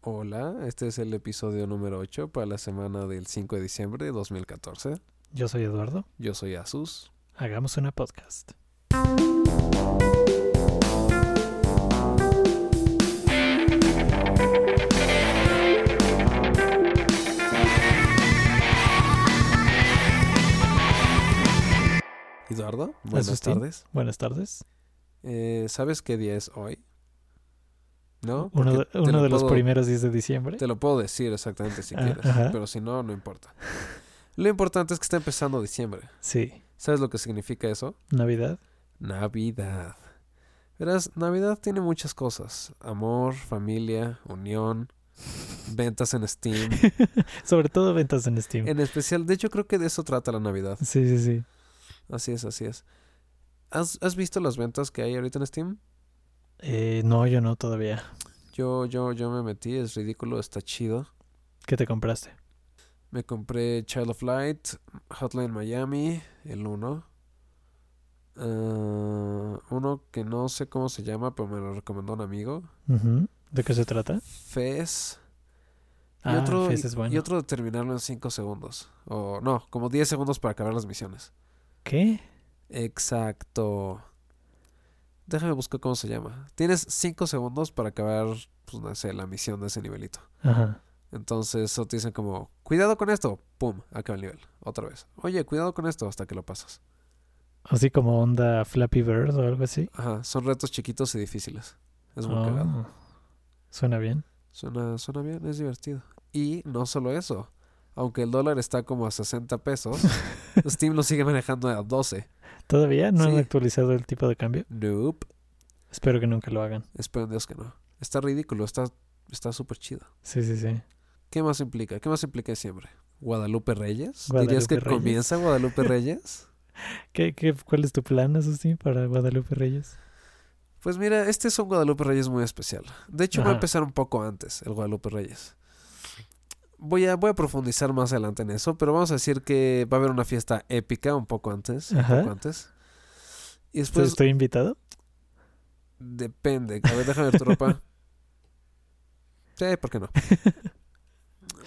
Hola, este es el episodio número 8 para la semana del 5 de diciembre de 2014. Yo soy Eduardo. Yo soy Asus. Hagamos una podcast. Eduardo, buenas Asustín. tardes. Buenas tardes. Eh, ¿Sabes qué día es hoy? ¿No? Uno de, Porque te uno lo de los puedo- primeros días de diciembre. Te lo puedo decir exactamente si Ah, quieres, ajá. pero si no, no importa. Lo importante es que está empezando diciembre. Sí. ¿Sabes lo que significa eso? Navidad. Navidad. Verás, Navidad tiene muchas cosas. Amor, familia, unión, ventas en Steam. Sobre todo ventas en Steam. En especial, de hecho creo que de eso trata la Navidad. Sí, sí, sí. Así es, así es. ¿Has, has visto las ventas que hay ahorita en Steam? Eh, no, yo no todavía. Yo, yo, yo me metí, es ridículo, está chido. ¿Qué te compraste? Me compré Child of Light, Hotline Miami, el 1. uno que no sé cómo se llama, pero me lo recomendó un amigo. Ujú. ¿De qué se trata? Fez. Y, Ah, otro, Fez es y- bueno. y otro de terminarlo en 5 segundos. O no, como 10 segundos para acabar las misiones. ¿Qué? Exacto. Déjame buscar cómo se llama. Tienes 5 segundos para acabar, pues no sé, la misión de ese nivelito. Ajá. Entonces eso te dicen como, cuidado con esto, pum, acaba el nivel, otra vez. Oye, cuidado con esto hasta que lo pasas. Así como onda Flappy Bird o algo así. Ajá, son retos chiquitos y difíciles. Es muy Oh. cagado. Suena bien. Suena, suena bien, es divertido. Y no solo eso, aunque el dólar está como a 60 pesos, Steam lo sigue manejando a 12. ¿Todavía no han Sí. actualizado el tipo de cambio? Nope, Espero que nunca lo hagan. espero en Dios que no. Está ridículo, está está súper chido. Sí, sí, sí. ¿Qué más implica? ¿Qué más implica siempre? ¿Guadalupe Reyes? ¿Dirías Guadalupe que Reyes. comienza Guadalupe Reyes? ¿Qué, qué, ¿Cuál es tu plan, Asustín, para Guadalupe Reyes? Pues mira, este es un Guadalupe Reyes muy especial. De hecho, va a Ajá. empezar un poco antes el Guadalupe Reyes. Voy a, voy a profundizar más adelante en eso, pero vamos a decir que va a haber una fiesta épica un poco antes. Un Ajá. poco Pues antes. Y ¿Estoy- después ¿Estoy invitado? Pues- depende. A ver, déjame ver tu ropa. Sí, ¿por qué no?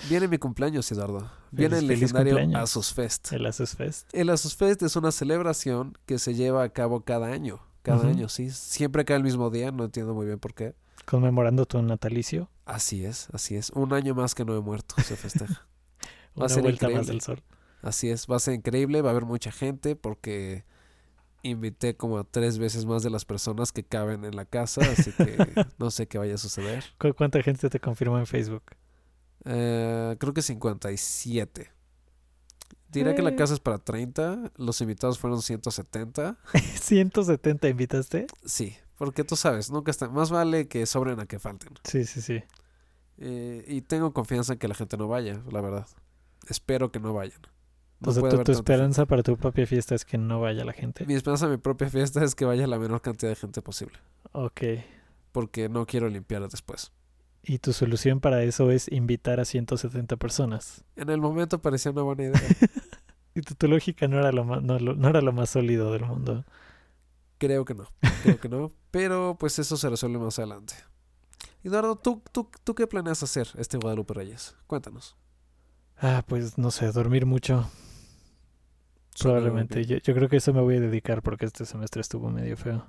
Viene mi cumpleaños, Eduardo. Viene Feliz- el feliz legendario cumpleaños. Asus Fest. El Asus Fest. El Asus Fest es una celebración que se lleva a cabo cada año. Cada Ujú. año, sí. Siempre cae el mismo día, no entiendo muy bien por qué. Conmemorando tu natalicio. Así es, así es. Un año más que no he muerto, se festeja. Va a Una ser vuelta más increíble. del sol. así es, va a ser increíble, va a haber mucha gente porque invité como a tres veces más de las personas que caben en la casa, así que no sé qué vaya a suceder. ¿Cu- ¿Cuánta gente te confirmó en Facebook? Eh, creo que 57. Diré que la Eh. casa es para 30, los invitados fueron 170. 170 invitaste. Sí, porque tú sabes, nunca está, más vale que sobren a que falten. Sí, sí, sí. Eh, y tengo confianza en que la gente no vaya, la verdad. Espero que no vayan. No o sea, puede tu, haber tu tanta esperanza para tu propia fiesta es que no vaya la gente. Mi esperanza a mi propia fiesta es que vaya la menor cantidad de gente posible, Ok. porque no quiero limpiar después. Y tu solución para eso es invitar a 170 personas. En el momento parecía una buena idea. Y tu, tu lógica no era, lo más, no, lo- no era lo más sólido del mundo. Creo que no, creo que no, pero pues eso se resuelve más adelante. Eduardo, ¿tú, tú, ¿tú qué planeas hacer este Guadalupe Reyes? Cuéntanos. Ah, pues no sé, dormir mucho. Suena Probablemente. bien. Yo, yo creo que eso me voy a dedicar porque este semestre estuvo medio feo.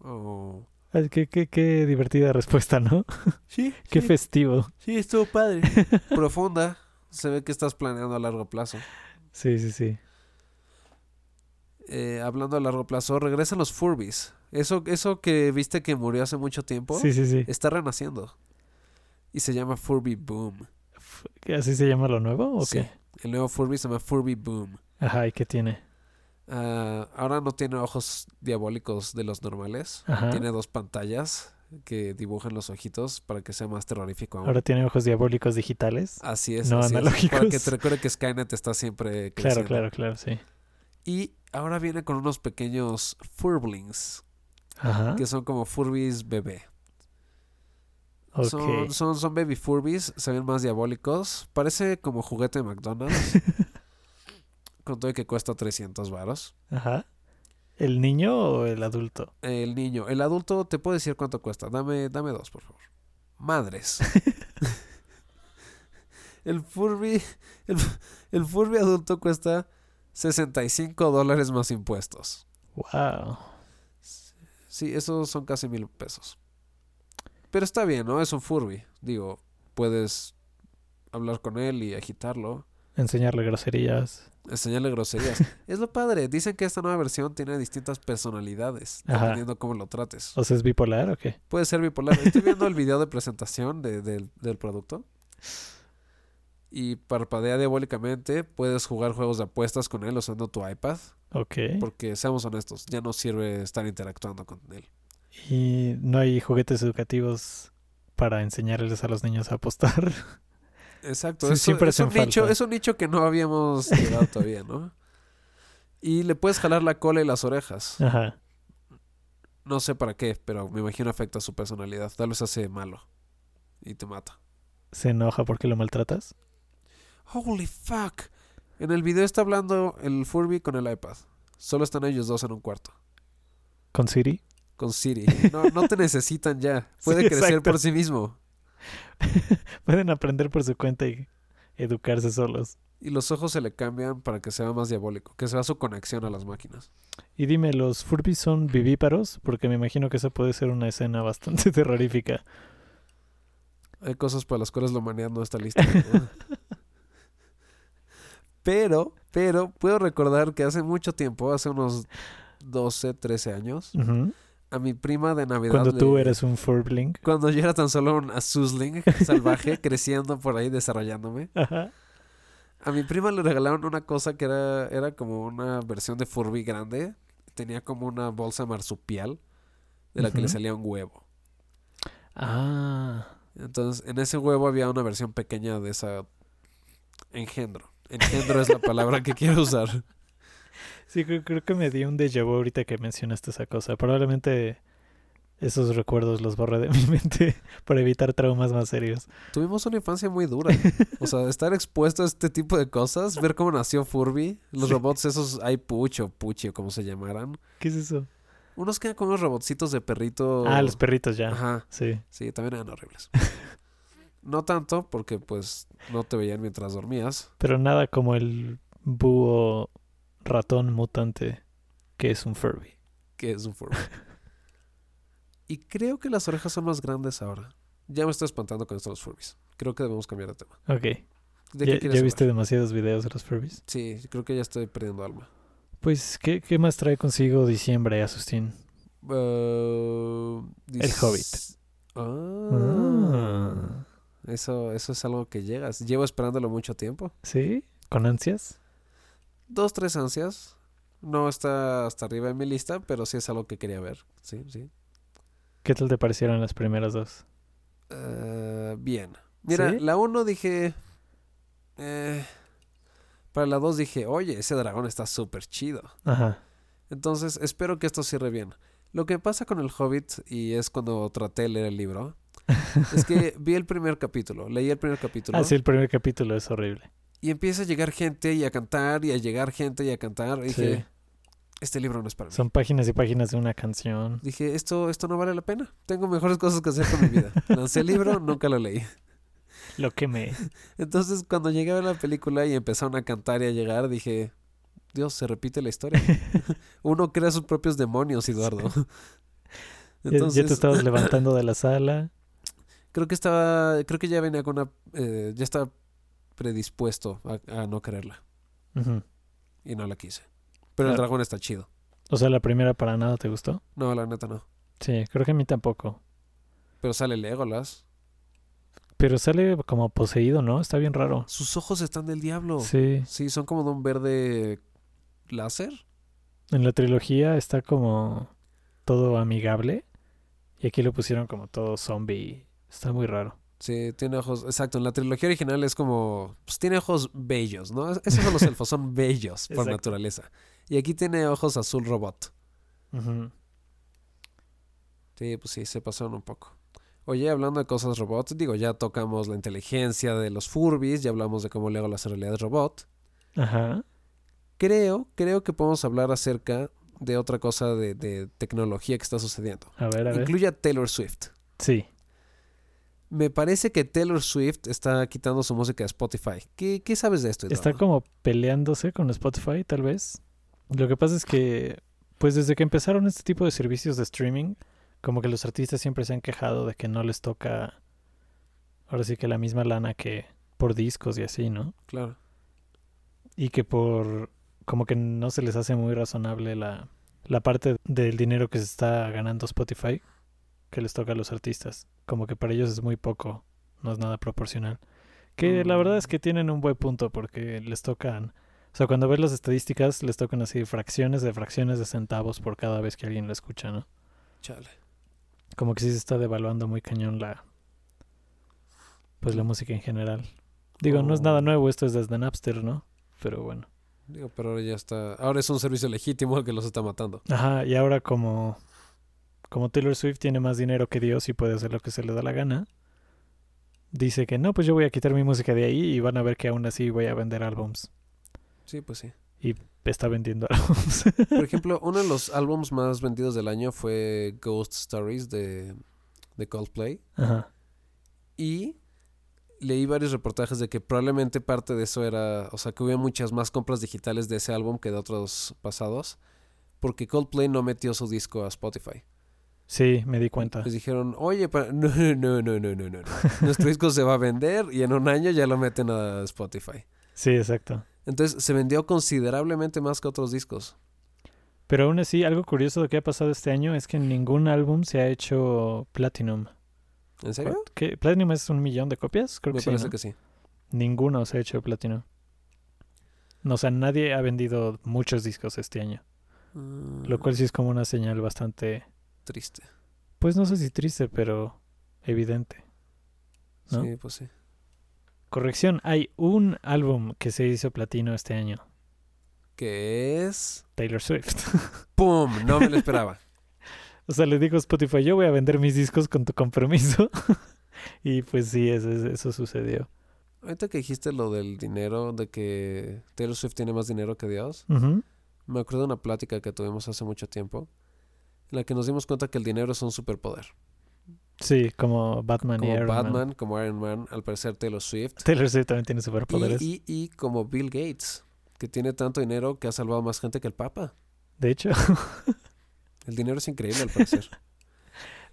Oh. Ay, qué, qué, qué divertida respuesta, ¿no? Sí, Qué sí, festivo. sí, estuvo padre. Profunda, se ve que estás planeando a largo plazo. Sí, sí, sí. Eh, hablando a largo plazo, regresan los Furbies. Eso, eso que viste que murió hace mucho tiempo, Sí, sí, sí. está renaciendo. Y se llama Furby Boom. F- ¿Así se llama lo nuevo o Sí. qué? El nuevo Furby se llama Furby Boom. Ajá, ¿y qué tiene? Ah, ahora no tiene ojos diabólicos de los normales. Ajá. Tiene dos pantallas que dibujan los ojitos para que sea más terrorífico aún. Ahora tiene ojos diabólicos digitales. así es. no así es. Para que analógicos. te recuerde que Skynet está siempre Claro, creciendo. claro, claro, sí. Y ahora viene con unos pequeños Furblings, Ajá. que son como Furbies bebé. Ok. Son, son, son baby Furbies, se ven más diabólicos. Parece como juguete de McDonald's. con todo y que cuesta 300 varos. Ajá. ¿El niño o el adulto? El niño. El adulto, te puedo decir cuánto cuesta. Dame, dame dos, por favor. Madres. El Furby, el, el Furby adulto cuesta 65 dólares más impuestos. Wow. Sí, esos son casi mil pesos. Pero está bien, ¿no? Es un Furby. Digo, puedes hablar con él y agitarlo. Enseñarle groserías. Enseñarle groserías. es lo padre. Dicen que esta nueva versión tiene distintas personalidades, Ajá. dependiendo cómo lo trates. O sea, ¿es bipolar o qué? Puede ser bipolar. Estoy viendo el video de presentación de- del- del producto. Y parpadea diabólicamente. Puedes jugar juegos de apuestas con él usando tu iPad. Ok. Porque seamos honestos, ya no sirve estar interactuando con él. Y no hay juguetes educativos para enseñarles a los niños a apostar. Exacto. Sí, eso- siempre es, un hacen nicho, falta. es un nicho que no habíamos llegado todavía, ¿no? Y le puedes jalar la cola y las orejas. Ajá. No sé para qué, pero me imagino afecta su personalidad. Tal vez hace malo. Y te mata. Se enoja porque lo maltratas. Holy fuck. En el video está hablando el Furby con el iPad. Solo están ellos dos en un cuarto. Con Siri. Con Siri. No, no te necesitan ya. Puede Sí, crecer exacto. por sí mismo. Pueden aprender por su cuenta y educarse solos. Y los ojos se le cambian para que sea más diabólico, que sea su conexión a las máquinas. Y dime, ¿los Furbies son vivíparos? Porque me imagino que esa puede ser una escena bastante terrorífica. Hay cosas para las cuales la humanidad no está lista. ¿no? pero, pero, puedo recordar que hace mucho tiempo, hace unos 12, 13 años, Ujú. a mi prima de Navidad. Cuando tú le- eres un Furbling. Cuando yo era tan solo un azuzling salvaje, creciendo por ahí, desarrollándome. Ajá. A mi prima le regalaron una cosa que era, era como una versión de Furby grande. Tenía como una bolsa marsupial de la que le Ujú. salía un huevo. Ah. Entonces, en ese huevo había una versión pequeña de esa engendro. Engendro es la palabra que quiero usar. Sí, creo, creo que me di un déjà vu ahorita que mencionaste esa cosa. Probablemente esos recuerdos los borré de mi mente para evitar traumas más serios. Tuvimos una infancia muy dura. O sea, estar expuesto a este tipo de cosas, ver cómo nació Furby, los Sí. robots esos iPuch o Puchi o como se llamaran. ¿Qué es eso? Unos que eran como unos robotcitos de perrito. Ah, los perritos ya. Oh. Ajá, Sí. sí, también eran horribles. No tanto, porque pues no te veían mientras dormías. Pero nada como el búho ratón mutante que es un Furby. que es un Furby. Y creo que las orejas son más grandes ahora. Ya me estoy espantando con estos los Furbies. Creo que debemos cambiar de tema. Ok. ¿De ¿Ya, qué ya quieres viste hablar? demasiados videos de los Furbies? Sí, creo que ya estoy perdiendo alma. Pues, ¿qué, qué más trae consigo diciembre, Asustín? Eh, dis- Hobbit. Ah, Ah. Eso, eso es algo que llegas. Llevo esperándolo mucho tiempo. ¿Sí? ¿Con ansias? Dos, tres ansias. No está hasta arriba en mi lista, pero sí es algo que quería ver. Sí, sí. ¿Qué tal te parecieron las primeras dos? Eh, bien. Mira, ¿Sí? la 1 dije. eh, para la 2 dije, oye, ese dragón está súper chido. Ajá. Entonces, espero que esto cierre bien. Lo que pasa con el Hobbit, y es cuando traté de leer el libro, es que vi el primer capítulo, leí el primer capítulo, Ah, sí, el primer capítulo es horrible. y empieza a llegar gente y a cantar, y a llegar gente y a cantar. Y Sí. dije, este libro no es para mí. Son páginas y páginas de una canción. Dije, esto, esto no vale la pena. Tengo mejores cosas que hacer con mi vida. Lancé el libro, nunca lo leí. Lo quemé. Entonces, cuando llegué a ver la película y empezaron a cantar y a llegar, dije, Dios, se repite la historia. Uno crea sus propios demonios, Eduardo. Ya- ya, te Entonces, estabas levantando de la sala. creo que estaba, creo que ya venía con una, eh, ya estaba predispuesto a, a no quererla Ujú. y no la quise. Pero el Claro. dragón está chido. O sea, la primera para nada te gustó. No, la neta no. Sí, creo que a mí tampoco. Pero sale Legolas. Pero sale como poseído, ¿no? Está bien raro. Sus ojos están del diablo. Sí, Sí. son como de un verde láser. En la trilogía está como todo amigable. Y aquí lo pusieron como todo zombie. Está muy raro. Sí, tiene ojos. Exacto, en la trilogía original es como. Pues tiene ojos bellos, ¿no? Es- Esos son los elfos, son bellos por Exacto. naturaleza. Y aquí tiene ojos azul robot. Ujú. Sí, pues sí, se pasaron un poco. Oye, hablando de cosas robots, digo, ya tocamos la inteligencia de los Furbis, ya hablamos de cómo Lego las realidades robot. Ajá. Creo, creo que podemos hablar acerca de otra cosa de, de tecnología que está sucediendo. A ver, a ver. Incluye a Taylor Swift. Sí. Me parece que Taylor Swift está quitando su música a Spotify. ¿Qué, qué sabes de esto? Está Eduardo? como peleándose con Spotify, tal vez. Lo que pasa es que, pues desde que empezaron este tipo de servicios de streaming, como que los artistas siempre se han quejado de que no les toca, ahora sí que la misma lana que por discos y así, ¿no? Claro. Y que por, como que no se les hace muy razonable la, la parte del dinero que se está ganando Spotify que les toca a los artistas. Como que para ellos es muy poco, no es nada proporcional. Que la verdad es que tienen un buen punto porque les tocan, o sea, cuando ves las estadísticas les tocan así fracciones de fracciones de centavos por cada vez que alguien lo escucha, ¿no? Chale. Como que sí se está devaluando muy cañón la pues la música en general. Digo, no es nada Oh. nuevo, esto es desde Napster, ¿no? Pero bueno. Digo, pero ahora ya está. Ahora es un servicio legítimo el que los está matando. Ajá, y ahora como como Taylor Swift tiene más dinero que Dios y puede hacer lo que se le da la gana, dice que no, pues yo voy a quitar mi música de ahí y van a ver que aún así voy a vender álbums. Sí, pues sí. Está vendiendo álbums. Por ejemplo, uno de los álbumes más vendidos del año fue Ghost Stories de, de Coldplay. Ajá. Y leí varios reportajes de que probablemente parte de eso era, o sea, que hubo muchas más compras digitales de ese álbum que de otros pasados, porque Coldplay no metió su disco a Spotify. Sí, me di cuenta. Les dijeron, oye, pa- no, no, no, no, no, no, no. nuestro disco se va a vender y en un año ya lo meten a Spotify. Sí, exacto. Entonces se vendió considerablemente más que otros discos. Pero aún así, algo curioso de que ha pasado este año es que ningún álbum se ha hecho Platinum. ¿En serio? ¿Qué? ¿Platinum es un millón de copias? Creo Me que sí. parece ¿no? que sí. Ninguno se ha hecho Platinum. No, o sea, nadie ha vendido muchos discos este año. Mm. Lo cual sí es como una señal bastante, Triste. pues no sé si triste, pero evidente. ¿No? Sí, pues sí. Corrección, hay un álbum que se hizo platino este año, Que es... Taylor Swift. ¡Pum! No me lo esperaba. o sea, le digo a Spotify, yo voy a vender mis discos con tu compromiso. y pues sí, eso, eso sucedió. Ahorita que dijiste lo del dinero, de que Taylor Swift tiene más dinero que Dios, Ujú. me acuerdo de una plática que tuvimos hace mucho tiempo, en la que nos dimos cuenta que el dinero es un superpoder. Sí, como Batman y Como Iron Man. Batman, como Iron Man, al parecer Taylor Swift, Taylor Swift también tiene y, superpoderes. y- y como Bill Gates, que tiene tanto dinero que ha salvado más gente que el Papa. De hecho, El dinero es increíble, al parecer.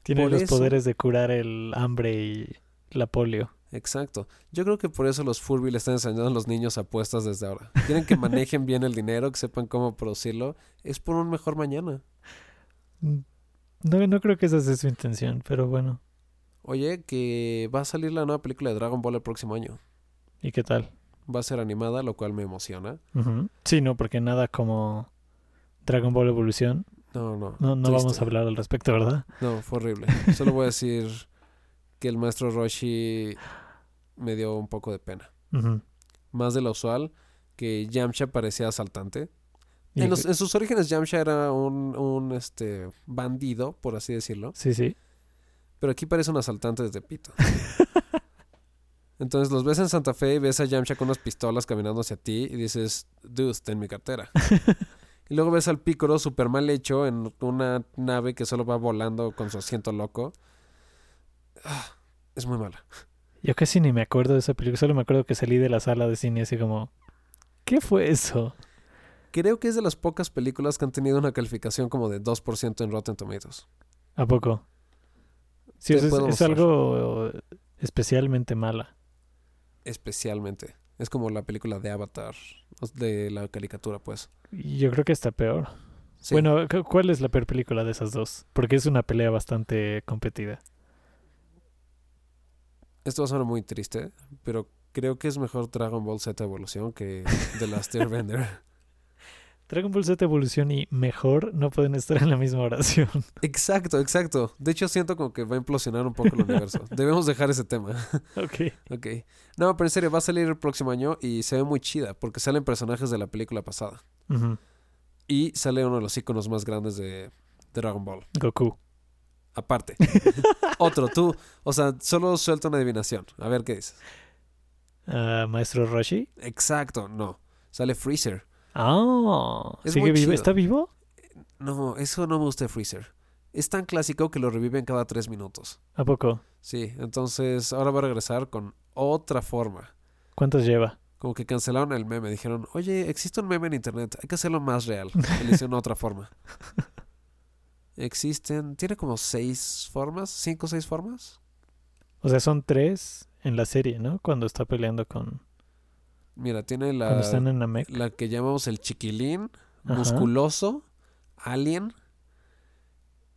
tiene Por los eso- poderes de curar el hambre y la polio. Exacto. Yo creo que por eso los Furby le están enseñando a los niños apuestas desde ahora. Quieren que manejen bien el dinero, que sepan cómo producirlo. Es por un mejor mañana. Mm, No, no creo que esa sea su intención, pero bueno. Oye, que va a salir la nueva película de Dragon Ball el próximo año. ¿Y qué tal? Va a ser animada, lo cual me emociona. Ujú. Sí, no, porque nada como Dragon Ball Evolución. No, no. No, no triste. vamos a hablar al respecto, ¿verdad? No, fue horrible. Solo voy a decir que el maestro Roshi me dio un poco de pena. Ujú. Más de lo usual, que Yamcha parecía asaltante. Y- En, los- en sus orígenes Yamcha era un, un este, bandido, por así decirlo. Sí, sí. Pero aquí parece un asaltante desde Pito. Entonces los ves en Santa Fe y ves a Yamcha con unas pistolas caminando hacia ti y dices, dude, ten mi cartera. y luego ves al Picoro super mal hecho en una nave que solo va volando con su asiento loco. Ah, es muy mala. Yo casi ni me acuerdo de esa película, solo me acuerdo que salí de la sala de cine así como, ¿qué fue eso? Creo que es de las pocas películas que han tenido una calificación como de 2% en Rotten Tomatoes. ¿A poco? Sí, Te o sea, es, puedo es mostrar. algo especialmente mala. Especialmente. Es como la película de Avatar, o de la caricatura, pues. Y Yo creo que está peor. Sí. Bueno, cu- ¿cuál es la peor película de esas dos? Porque es una pelea bastante competida. Esto va a sonar muy triste, pero creo que es mejor Dragon Ball Z Evolución que The Last Airbender. Dragon Ball Z Evolución y Mejor no pueden estar en la misma oración. exacto, exacto. De hecho, siento como que va a implosionar un poco el universo. Debemos dejar ese tema. ok. ok. No, pero en serio, va a salir el próximo año y se ve muy chida porque salen personajes de la película pasada. Ujú. Y sale uno de los iconos más grandes de Dragon Ball. Goku. Aparte. Otro, tú. O sea, solo suelta una adivinación. A ver qué dices. Ah, Maestro Roshi. Exacto, no. Sale Freezer. Ah, Es sigue muy vivo. chido. ¿Está vivo? No, eso no me gusta de Freezer. es tan clásico que lo reviven cada tres minutos. ¿A poco? Sí, entonces ahora va a regresar con otra forma. ¿Cuántas lleva? Como que cancelaron el meme. Dijeron, oye, existe un meme en internet, hay que hacerlo más real. Y le hicieron otra forma. Existen, tiene como seis formas, cinco o seis formas. O sea, son tres en la serie, ¿no? Cuando está peleando con... Mira, tiene Cuando la, están en Namek. la que llamamos el chiquilín, Ajá. musculoso, alien,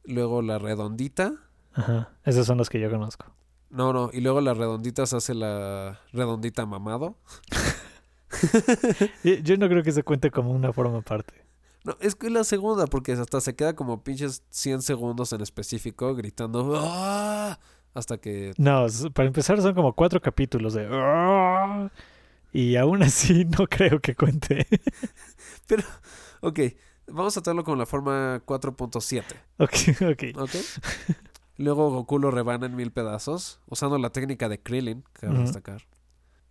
luego la redondita. Ajá. Esas son las que yo conozco. No, no, y luego la redondita se hace la redondita mamado. Y- Yo no creo que se cuente como una forma aparte. No, es que la segunda, porque hasta se queda como pinches 100 segundos en específico gritando "¡Ah!", hasta que... No, s- para empezar son como cuatro capítulos de... Y aún así no creo que cuente. Ok, vamos a tratarlo con la forma 4.7, ok, ok. ¿ok? Luego Goku lo rebana en mil pedazos, usando la técnica de Krillin, que va a Ujú. destacar.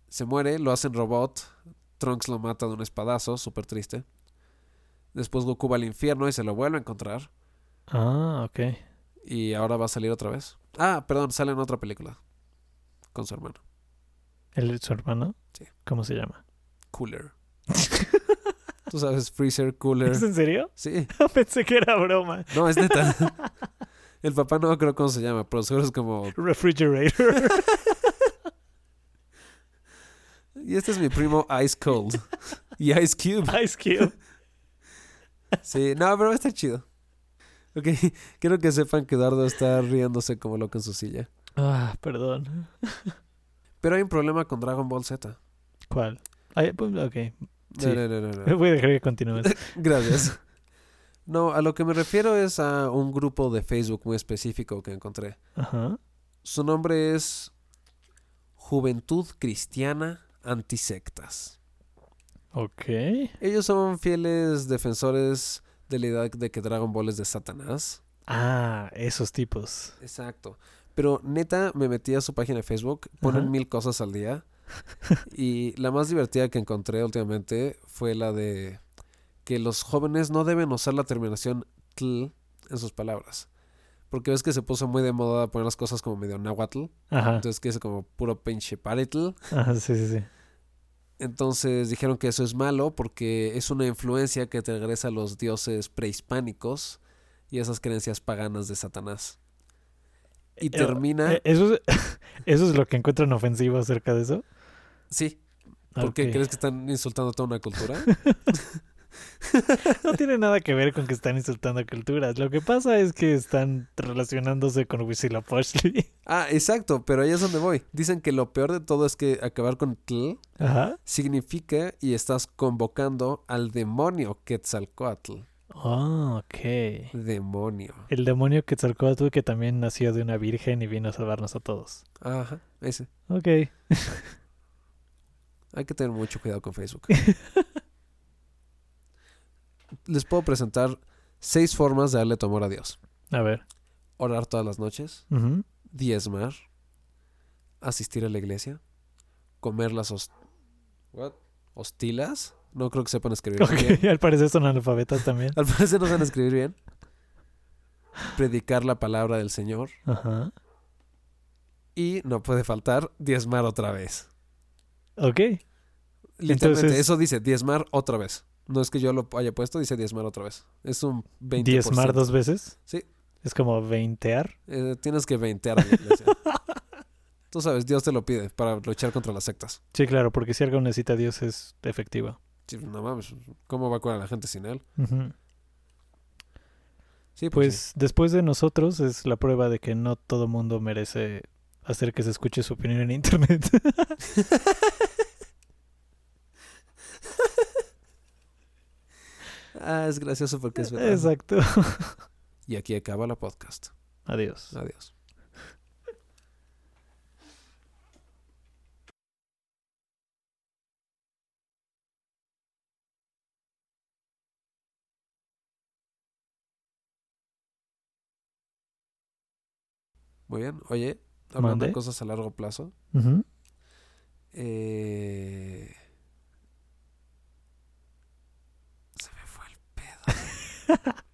Se muere, lo hacen robot, Trunks lo mata de un espadazo, súper triste. Después Goku va al infierno y se lo vuelve a encontrar. Ah, ok. Y ahora va a salir otra vez. Ah, perdón, sale en otra película. Con su hermano. ¿El, ¿Su hermano? Sí. ¿Cómo se llama? Cooler. Tú sabes, Freezer, Cooler. ¿Es en serio? Sí, Pensé que era broma. no, es neta. El papá no creo cómo se llama, pero seguro es como... Refrigerator. Y este es mi primo Ice Cold. Y Ice Cube. Ice Cube. Sí, no, pero está chido. Ok, quiero que sepan que Dardo está riéndose como loco en su silla. Ah, perdón. Pero hay un problema con Dragon Ball Z. ¿Cuál? Ay, pues, ok. No, Sí. no, no, no, no. Voy a dejar que continúes. Gracias. No, a lo que me refiero es a un grupo de Facebook muy específico que encontré. Ajá. Su nombre es Juventud Cristiana Antisectas. Ok. Ellos son fieles defensores de la idea de que Dragon Ball es de Satanás. Ah, esos tipos. Exacto. Pero neta, me metí a su página de Facebook, ponen Ajá. mil cosas al día. Y la más divertida que encontré últimamente fue la de que los jóvenes no deben usar la terminación tl en sus palabras. Porque ves que se puso muy de moda poner las cosas como medio náhuatl. Ah. Ajá. Entonces que es como puro pinche paritl. Ajá, sí, sí, sí. Entonces dijeron que eso es malo porque es una influencia que te regresa a los dioses prehispánicos y esas creencias paganas de Satanás. Y Eh, termina... Eh, Eso es, eso es lo que encuentran ofensivo acerca de eso. sí, Ah, porque ok. crees que están insultando a toda una cultura. No tiene nada que ver con que están insultando a culturas. Lo que pasa es que están relacionándose con Huitzilopochtli. ah, exacto, pero ahí es donde voy. Dicen que lo peor de todo es que acabar con tl Ajá. significa y estás convocando al demonio Quetzalcoatl. Ah, ok. Demonio. El demonio Quetzalcóatl que también nació de una virgen y vino a salvarnos a todos. Ajá, ese. Ok. Hay que tener mucho cuidado con Facebook. Les puedo presentar seis formas de darle tu amor a Dios. A ver. Orar todas las noches, Ujú. diezmar, asistir a la iglesia, comer las hos- hostilas. No creo que sepan escribir Pues bien. Ok, al parecer son analfabetas también. Al parecer no saben escribir bien. Predicar la palabra del Señor. Ajá. Y no puede faltar diezmar otra vez. Ok. Literalmente, Entonces- eso dice diezmar otra vez. No es que yo lo haya puesto, dice diezmar otra vez. Es un 20%. Diezmar dos veces. Sí. Es como veintear. Eh, tienes que veintear a la iglesia. Tú sabes, Dios te lo pide para luchar contra las sectas. Sí, claro, porque si algo necesita Dios es efectivo. Sí, no mames, ¿cómo va a curar a la gente sin él? Ujú. Sí, pues. Pues después de nosotros es la prueba de que no todo mundo merece hacer que se escuche su opinión en internet. sí. Ah, es gracioso porque es verdad. Exacto. Y aquí acaba la podcast. Adiós. Adiós. Muy bien. Oye, hablando de Mande. cosas a largo plazo, Ujú. eh, se me fue el pedo.